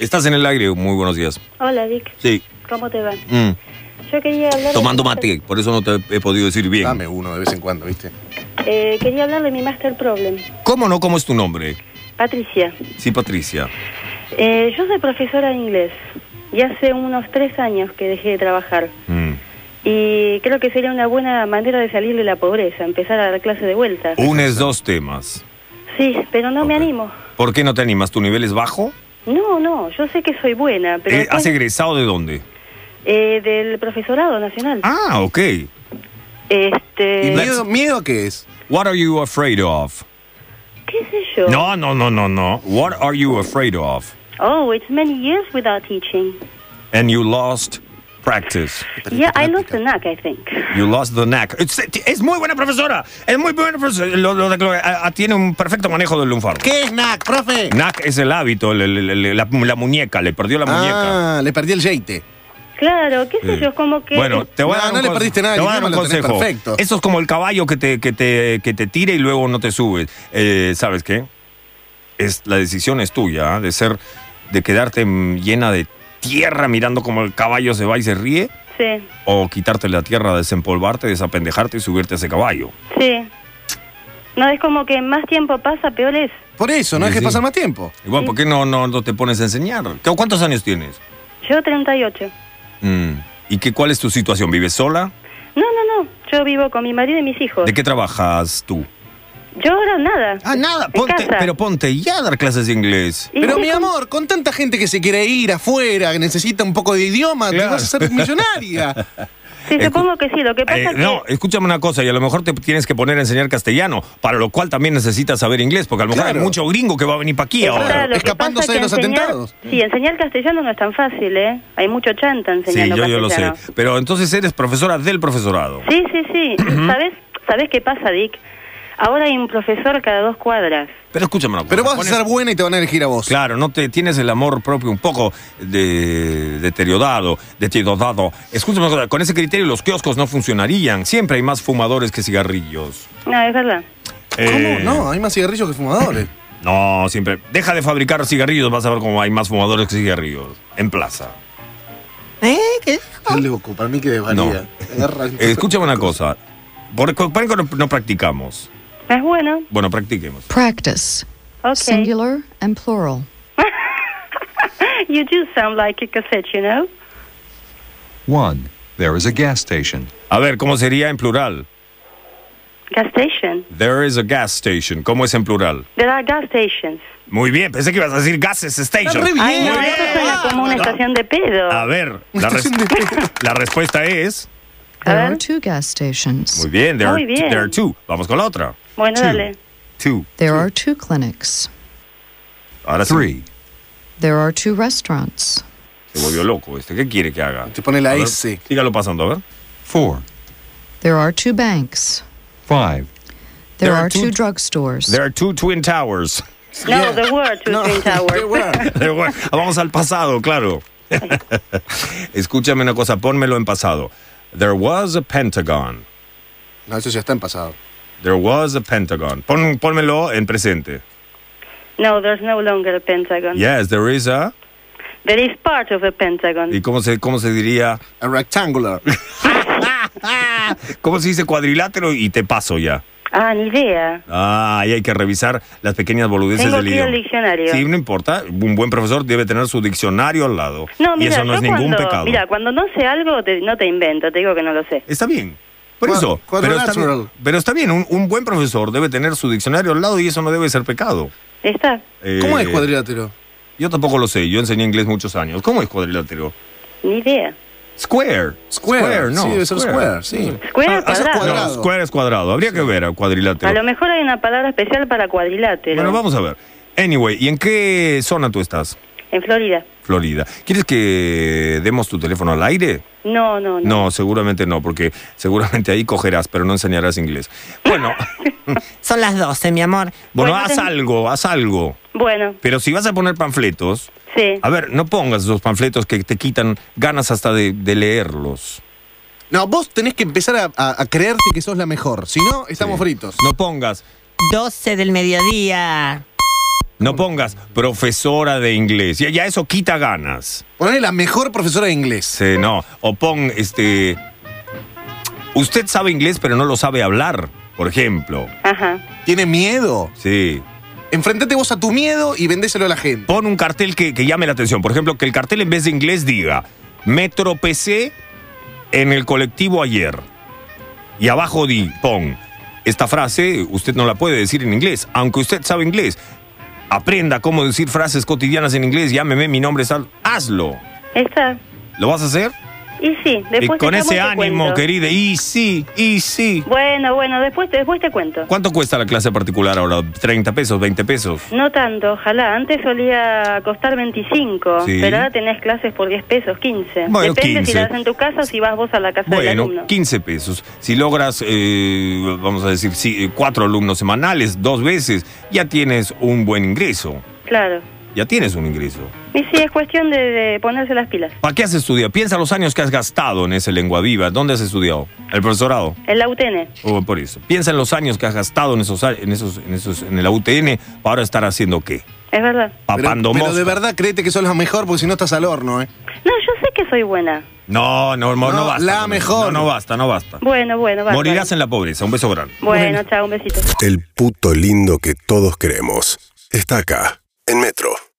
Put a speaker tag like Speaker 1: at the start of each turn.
Speaker 1: Estás en el aire, muy buenos días.
Speaker 2: Hola, Vic.
Speaker 1: Sí.
Speaker 2: ¿Cómo te va?
Speaker 1: Mm.
Speaker 2: Yo quería hablar...
Speaker 1: Tomando mate, por eso no te he podido decir bien.
Speaker 3: Dame uno de vez en cuando, ¿viste?
Speaker 2: Eh, quería hablar de mi master problem.
Speaker 1: ¿Cómo no? ¿Cómo es tu nombre?
Speaker 2: Patricia,
Speaker 1: Sí, Patricia.
Speaker 2: eh, yo soy profesora de inglés y hace unos tres años que dejé de trabajar.
Speaker 1: Mm.
Speaker 2: Y creo que sería una buena manera de salir de la pobreza, empezar a dar clase de vuelta.
Speaker 1: Unes dos temas.
Speaker 2: Sí, pero no me
Speaker 1: Ok.
Speaker 2: animo.
Speaker 1: ¿Por qué no te animas? ¿Tu nivel es bajo?
Speaker 2: No, no, yo sé que soy buena, pero...
Speaker 1: Eh,
Speaker 2: después,
Speaker 1: ¿Has egresado de dónde?
Speaker 2: eh, del profesorado nacional.
Speaker 1: Ah, ok.
Speaker 3: ¿Y
Speaker 2: Este...
Speaker 3: miedo, miedo a qué es?
Speaker 1: What are you afraid of?
Speaker 2: ¿Qué sé yo?
Speaker 1: No, no, no, no, no. What are you afraid of?
Speaker 2: Oh, it's many years without teaching.
Speaker 1: And you lost practice.
Speaker 2: Yeah, I lost the knack, I think.
Speaker 1: You lost the knack. Es, es muy buena profesora. Es muy buena profesora. Lo- lo declaró. Ah, ah, tiene un perfecto manejo del lunfardo.
Speaker 3: ¿Qué es NAC, profe?
Speaker 1: Knack es el hábito, el- el- el- la, la muñeca. Le perdió la muñeca.
Speaker 3: Ah, le perdí el jeite.
Speaker 2: Claro, qué sé
Speaker 1: Sí.
Speaker 2: yo, es como que...
Speaker 1: Bueno, te voy a
Speaker 3: No,
Speaker 1: dar un
Speaker 3: no le
Speaker 1: conse-
Speaker 3: perdiste nada,
Speaker 1: te voy a dar un
Speaker 3: Guillermo, lo tenés
Speaker 1: consejo.
Speaker 3: perfecto.
Speaker 1: Eso es como el caballo que te, que te, que te tira y luego no te subes. Eh, ¿Sabes qué? Es, la decisión es tuya, ¿ah? de ser, de quedarte mm, llena de tierra mirando como el caballo se va y se ríe,
Speaker 2: Sí,
Speaker 1: o quitarte la tierra, desempolvarte, desapendejarte y subirte a ese caballo.
Speaker 2: sí. No, es como que más tiempo pasa, peor es.
Speaker 3: Por eso, no
Speaker 1: Sí,
Speaker 3: dejes
Speaker 1: sí.
Speaker 3: pasar más tiempo.
Speaker 1: Igual, ¿por qué no, no, no te pones a enseñar? ¿Qué- ¿Cuántos años tienes?
Speaker 2: Yo 38.
Speaker 1: Mm, ¿Y qué, cuál es tu situación? ¿Vives sola?
Speaker 2: No, no, no, yo vivo con mi marido y mis hijos.
Speaker 1: ¿De qué trabajas tú?
Speaker 2: Yo ahora nada.
Speaker 1: Ah, nada,
Speaker 2: En
Speaker 1: ponte,
Speaker 2: casa.
Speaker 1: pero ponte ya a dar clases de inglés.
Speaker 2: Y
Speaker 3: Pero
Speaker 2: sí,
Speaker 3: mi
Speaker 2: con-
Speaker 3: amor, con tanta gente que se quiere ir afuera, que necesita un poco de idioma,
Speaker 1: Claro.
Speaker 3: te vas a ser millonaria.
Speaker 2: Sí,
Speaker 1: escu-
Speaker 2: supongo que sí, lo que pasa
Speaker 1: Eh,
Speaker 2: es que...
Speaker 1: no, escúchame una cosa, y a lo mejor te tienes que poner a enseñar castellano, para lo cual también necesitas saber inglés, porque a lo mejor
Speaker 3: Claro.
Speaker 1: hay mucho gringo que va a venir para aquí
Speaker 2: Está,
Speaker 1: ahora.
Speaker 2: lo que
Speaker 3: escapándose
Speaker 2: pasa
Speaker 3: de
Speaker 2: que
Speaker 3: los
Speaker 2: enseñar-
Speaker 3: atentados.
Speaker 2: Sí, enseñar castellano no es tan fácil, ¿eh? Hay mucho chanta
Speaker 1: Sí,
Speaker 2: enseñando
Speaker 1: yo, yo lo sé.
Speaker 2: castellano.
Speaker 1: Pero entonces eres profesora del profesorado.
Speaker 2: Sí, sí, sí. ¿Sabes, ¿Sabes qué pasa, Dick? Ahora hay un profesor cada dos cuadras.
Speaker 1: Pero escúchame una cosa.
Speaker 3: Pero vas a
Speaker 1: pones-
Speaker 3: ser buena y te van a elegir a vos.
Speaker 1: Claro, no te tienes el amor propio un poco de, deteriorado, deteriorado. Escúchame una cosa, con ese criterio los kioscos no funcionarían. Siempre hay más fumadores que cigarrillos.
Speaker 2: No, es verdad.
Speaker 1: Eh,
Speaker 3: ¿Cómo? No, hay más cigarrillos que fumadores.
Speaker 1: No, siempre. Deja de fabricar cigarrillos, vas a ver cómo hay más fumadores que cigarrillos. En plaza.
Speaker 3: Qué loco, para mí que
Speaker 1: desvalía. Eh, escúchame una cosa. Por, por, por- no, no practicamos.
Speaker 2: Es bueno.
Speaker 1: Bueno, practiquemos.
Speaker 4: Practice.
Speaker 2: Ok.
Speaker 4: Singular and plural.
Speaker 2: You do sound like a cassette, you know?
Speaker 5: 1. There is a gas station.
Speaker 1: A ver, ¿cómo sería en plural?
Speaker 2: Gas station.
Speaker 1: There is a gas station. ¿Cómo es en plural?
Speaker 2: There are gas stations.
Speaker 1: Muy bien, pensé que ibas a decir gases station.
Speaker 3: Está re
Speaker 2: Ay,
Speaker 3: Bien,
Speaker 2: no, eh. eso suena como
Speaker 1: Ah.
Speaker 2: una estación de pedo.
Speaker 1: A ver, la, res- la respuesta es.
Speaker 2: A
Speaker 4: There
Speaker 2: ver.
Speaker 4: are two gas stations.
Speaker 1: Muy bien, there,
Speaker 2: Muy
Speaker 1: are-
Speaker 2: bien.
Speaker 1: there are two. Vamos con la otra.
Speaker 2: Bueno,
Speaker 1: Two.
Speaker 2: dale.
Speaker 1: Two.
Speaker 4: There are two clinics.
Speaker 1: Ahora sí,
Speaker 5: 3.
Speaker 4: There are two restaurants.
Speaker 1: Se volvió loco este. ¿Qué quiere que haga?
Speaker 3: Te pone la
Speaker 1: A ver,
Speaker 3: S.
Speaker 1: Sígalo pasando, a ver.
Speaker 5: 4.
Speaker 4: There are two banks.
Speaker 5: 5.
Speaker 4: There, are, two, drugstores.
Speaker 1: There are two twin towers.
Speaker 2: No,
Speaker 3: Yeah.
Speaker 2: the word to
Speaker 3: No,
Speaker 2: Twin
Speaker 3: qué
Speaker 2: Towers.
Speaker 3: bueno.
Speaker 1: Pero bueno, Vamos al pasado, claro. Escúchame una cosa, pónmelo en pasado. There was a Pentagon.
Speaker 3: No, eso ya está en pasado.
Speaker 1: There was a Pentagon. Pon- pónmelo en presente.
Speaker 2: No, there's no longer a Pentagon.
Speaker 1: Yes, there is a.
Speaker 2: There is part of a Pentagon.
Speaker 1: ¿Y cómo se, cómo se diría?
Speaker 3: A rectangular.
Speaker 1: ¿Cómo se dice cuadrilátero? Y te paso ya.
Speaker 2: Ah, ni idea.
Speaker 1: Ah, ahí hay que revisar las pequeñas boludeces
Speaker 2: Tengo
Speaker 1: del
Speaker 2: que ir al
Speaker 1: idioma.
Speaker 2: diccionario.
Speaker 1: Sí, no importa. Un buen profesor debe tener su diccionario al lado.
Speaker 2: No, mira,
Speaker 1: y eso no
Speaker 2: yo
Speaker 1: es ningún
Speaker 2: cuando,
Speaker 1: pecado.
Speaker 2: Mira, cuando no sé algo, te- no te invento, te digo que no lo sé.
Speaker 1: Está bien. Por
Speaker 3: Cuad-
Speaker 1: eso. Pero está,
Speaker 3: cuadrilátero.
Speaker 1: bien, pero está bien, un, un buen profesor debe tener su diccionario al lado y eso no debe ser pecado.
Speaker 2: ¿Está?
Speaker 1: Eh,
Speaker 3: ¿Cómo es cuadrilátero?
Speaker 1: Yo tampoco lo sé, yo enseñé inglés muchos años. ¿Cómo es cuadrilátero?
Speaker 2: Ni idea.
Speaker 1: Square.
Speaker 3: Square.
Speaker 1: no.
Speaker 3: Sí, debe ser square, sí.
Speaker 2: Square,
Speaker 1: Ah, ah,
Speaker 2: cuadrado.
Speaker 3: cuadrado.
Speaker 1: No, square es cuadrado. Habría que ver a
Speaker 2: A lo
Speaker 1: cuadrilátero.
Speaker 2: mejor hay una palabra especial para cuadrilátero.
Speaker 1: Bueno, vamos a ver. Anyway, ¿y en qué zona tú estás?
Speaker 2: En Florida.
Speaker 1: Florida. ¿Quieres que demos tu teléfono al aire?
Speaker 2: No, no, no.
Speaker 1: No, seguramente no, porque seguramente ahí cogerás, pero no enseñarás inglés. Bueno,
Speaker 6: Son las 12, mi amor.
Speaker 1: bueno,
Speaker 2: Bueno,
Speaker 1: haz
Speaker 2: ten-
Speaker 1: algo, haz algo.
Speaker 2: Bueno,
Speaker 1: Pero si vas a poner panfletos,
Speaker 2: sí.
Speaker 1: a ver, no pongas los panfletos que te quitan ganas hasta de, de leerlos.
Speaker 3: No, vos tenés que empezar a, a- a creerte que sos la mejor. Si no, estamos fritos.
Speaker 1: No pongas.
Speaker 6: 12 del mediodía.
Speaker 1: No pongas profesora de inglés. Ya, ya eso quita ganas.
Speaker 3: Ponle la mejor profesora de inglés.
Speaker 1: Sí, no. O pon, este. Usted sabe inglés, pero no lo sabe hablar, por ejemplo.
Speaker 2: Ajá.
Speaker 3: Tiene miedo.
Speaker 1: Sí.
Speaker 3: Enfrentate vos a tu miedo y vendéselo a la gente.
Speaker 1: Pon un cartel que, que llame la atención. Por ejemplo, que el cartel en vez de inglés diga: Me tropecé en el colectivo ayer. Y abajo di, pon. Esta frase usted no la puede decir en inglés, aunque usted sabe inglés. Aprenda cómo decir frases cotidianas en inglés, llámeme, mi nombre es Al. Hazlo.
Speaker 2: Está.
Speaker 1: ¿Lo vas a hacer?
Speaker 2: Y sí,
Speaker 1: y
Speaker 2: después
Speaker 1: con
Speaker 2: te llamo y
Speaker 1: ese
Speaker 2: te
Speaker 1: ánimo,
Speaker 2: cuento.
Speaker 1: querida. Y sí, y sí.
Speaker 2: Bueno, bueno, después te, después te cuento.
Speaker 1: ¿Cuánto cuesta la clase particular ahora? ¿30 pesos? ¿20 pesos?
Speaker 2: No tanto, ojalá. Antes solía costar 25,
Speaker 1: Sí.
Speaker 2: pero ahora tenés clases por 10 pesos, 15.
Speaker 1: Bueno,
Speaker 2: Depende si
Speaker 1: 15.
Speaker 2: las das en tu casa o si vas vos a la casa del
Speaker 1: Bueno,
Speaker 2: alumno.
Speaker 1: 15 pesos. Si logras, eh, vamos a decir, sí, eh, cuatro alumnos semanales, dos veces, ya tienes un buen ingreso.
Speaker 2: Claro.
Speaker 1: Ya tienes un ingreso.
Speaker 2: Y sí, es cuestión de, de ponerse las pilas.
Speaker 1: ¿Para qué has estudiado? Piensa los años que has gastado en ese lengua viva. ¿Dónde has estudiado? ¿El profesorado?
Speaker 2: El UTN.
Speaker 1: O por eso. Piensa en los años que has gastado en esos, a- en esos, en esos, en el UTN para ahora estar haciendo qué?
Speaker 2: Es verdad.
Speaker 3: Pero,
Speaker 1: Papando
Speaker 3: pero
Speaker 1: mosca.
Speaker 3: de verdad créete que sos la mejor porque si no estás al horno, ¿eh?
Speaker 2: No, yo sé que soy buena.
Speaker 1: No, no, no, no
Speaker 3: No,
Speaker 1: basta.
Speaker 3: la
Speaker 1: con-
Speaker 3: mejor.
Speaker 1: No, no basta, no basta.
Speaker 2: Bueno, bueno, va.
Speaker 1: Morirás en la pobreza. Un beso grande.
Speaker 2: Bueno, chao, un besito.
Speaker 7: El puto lindo que todos queremos está acá, en Metro.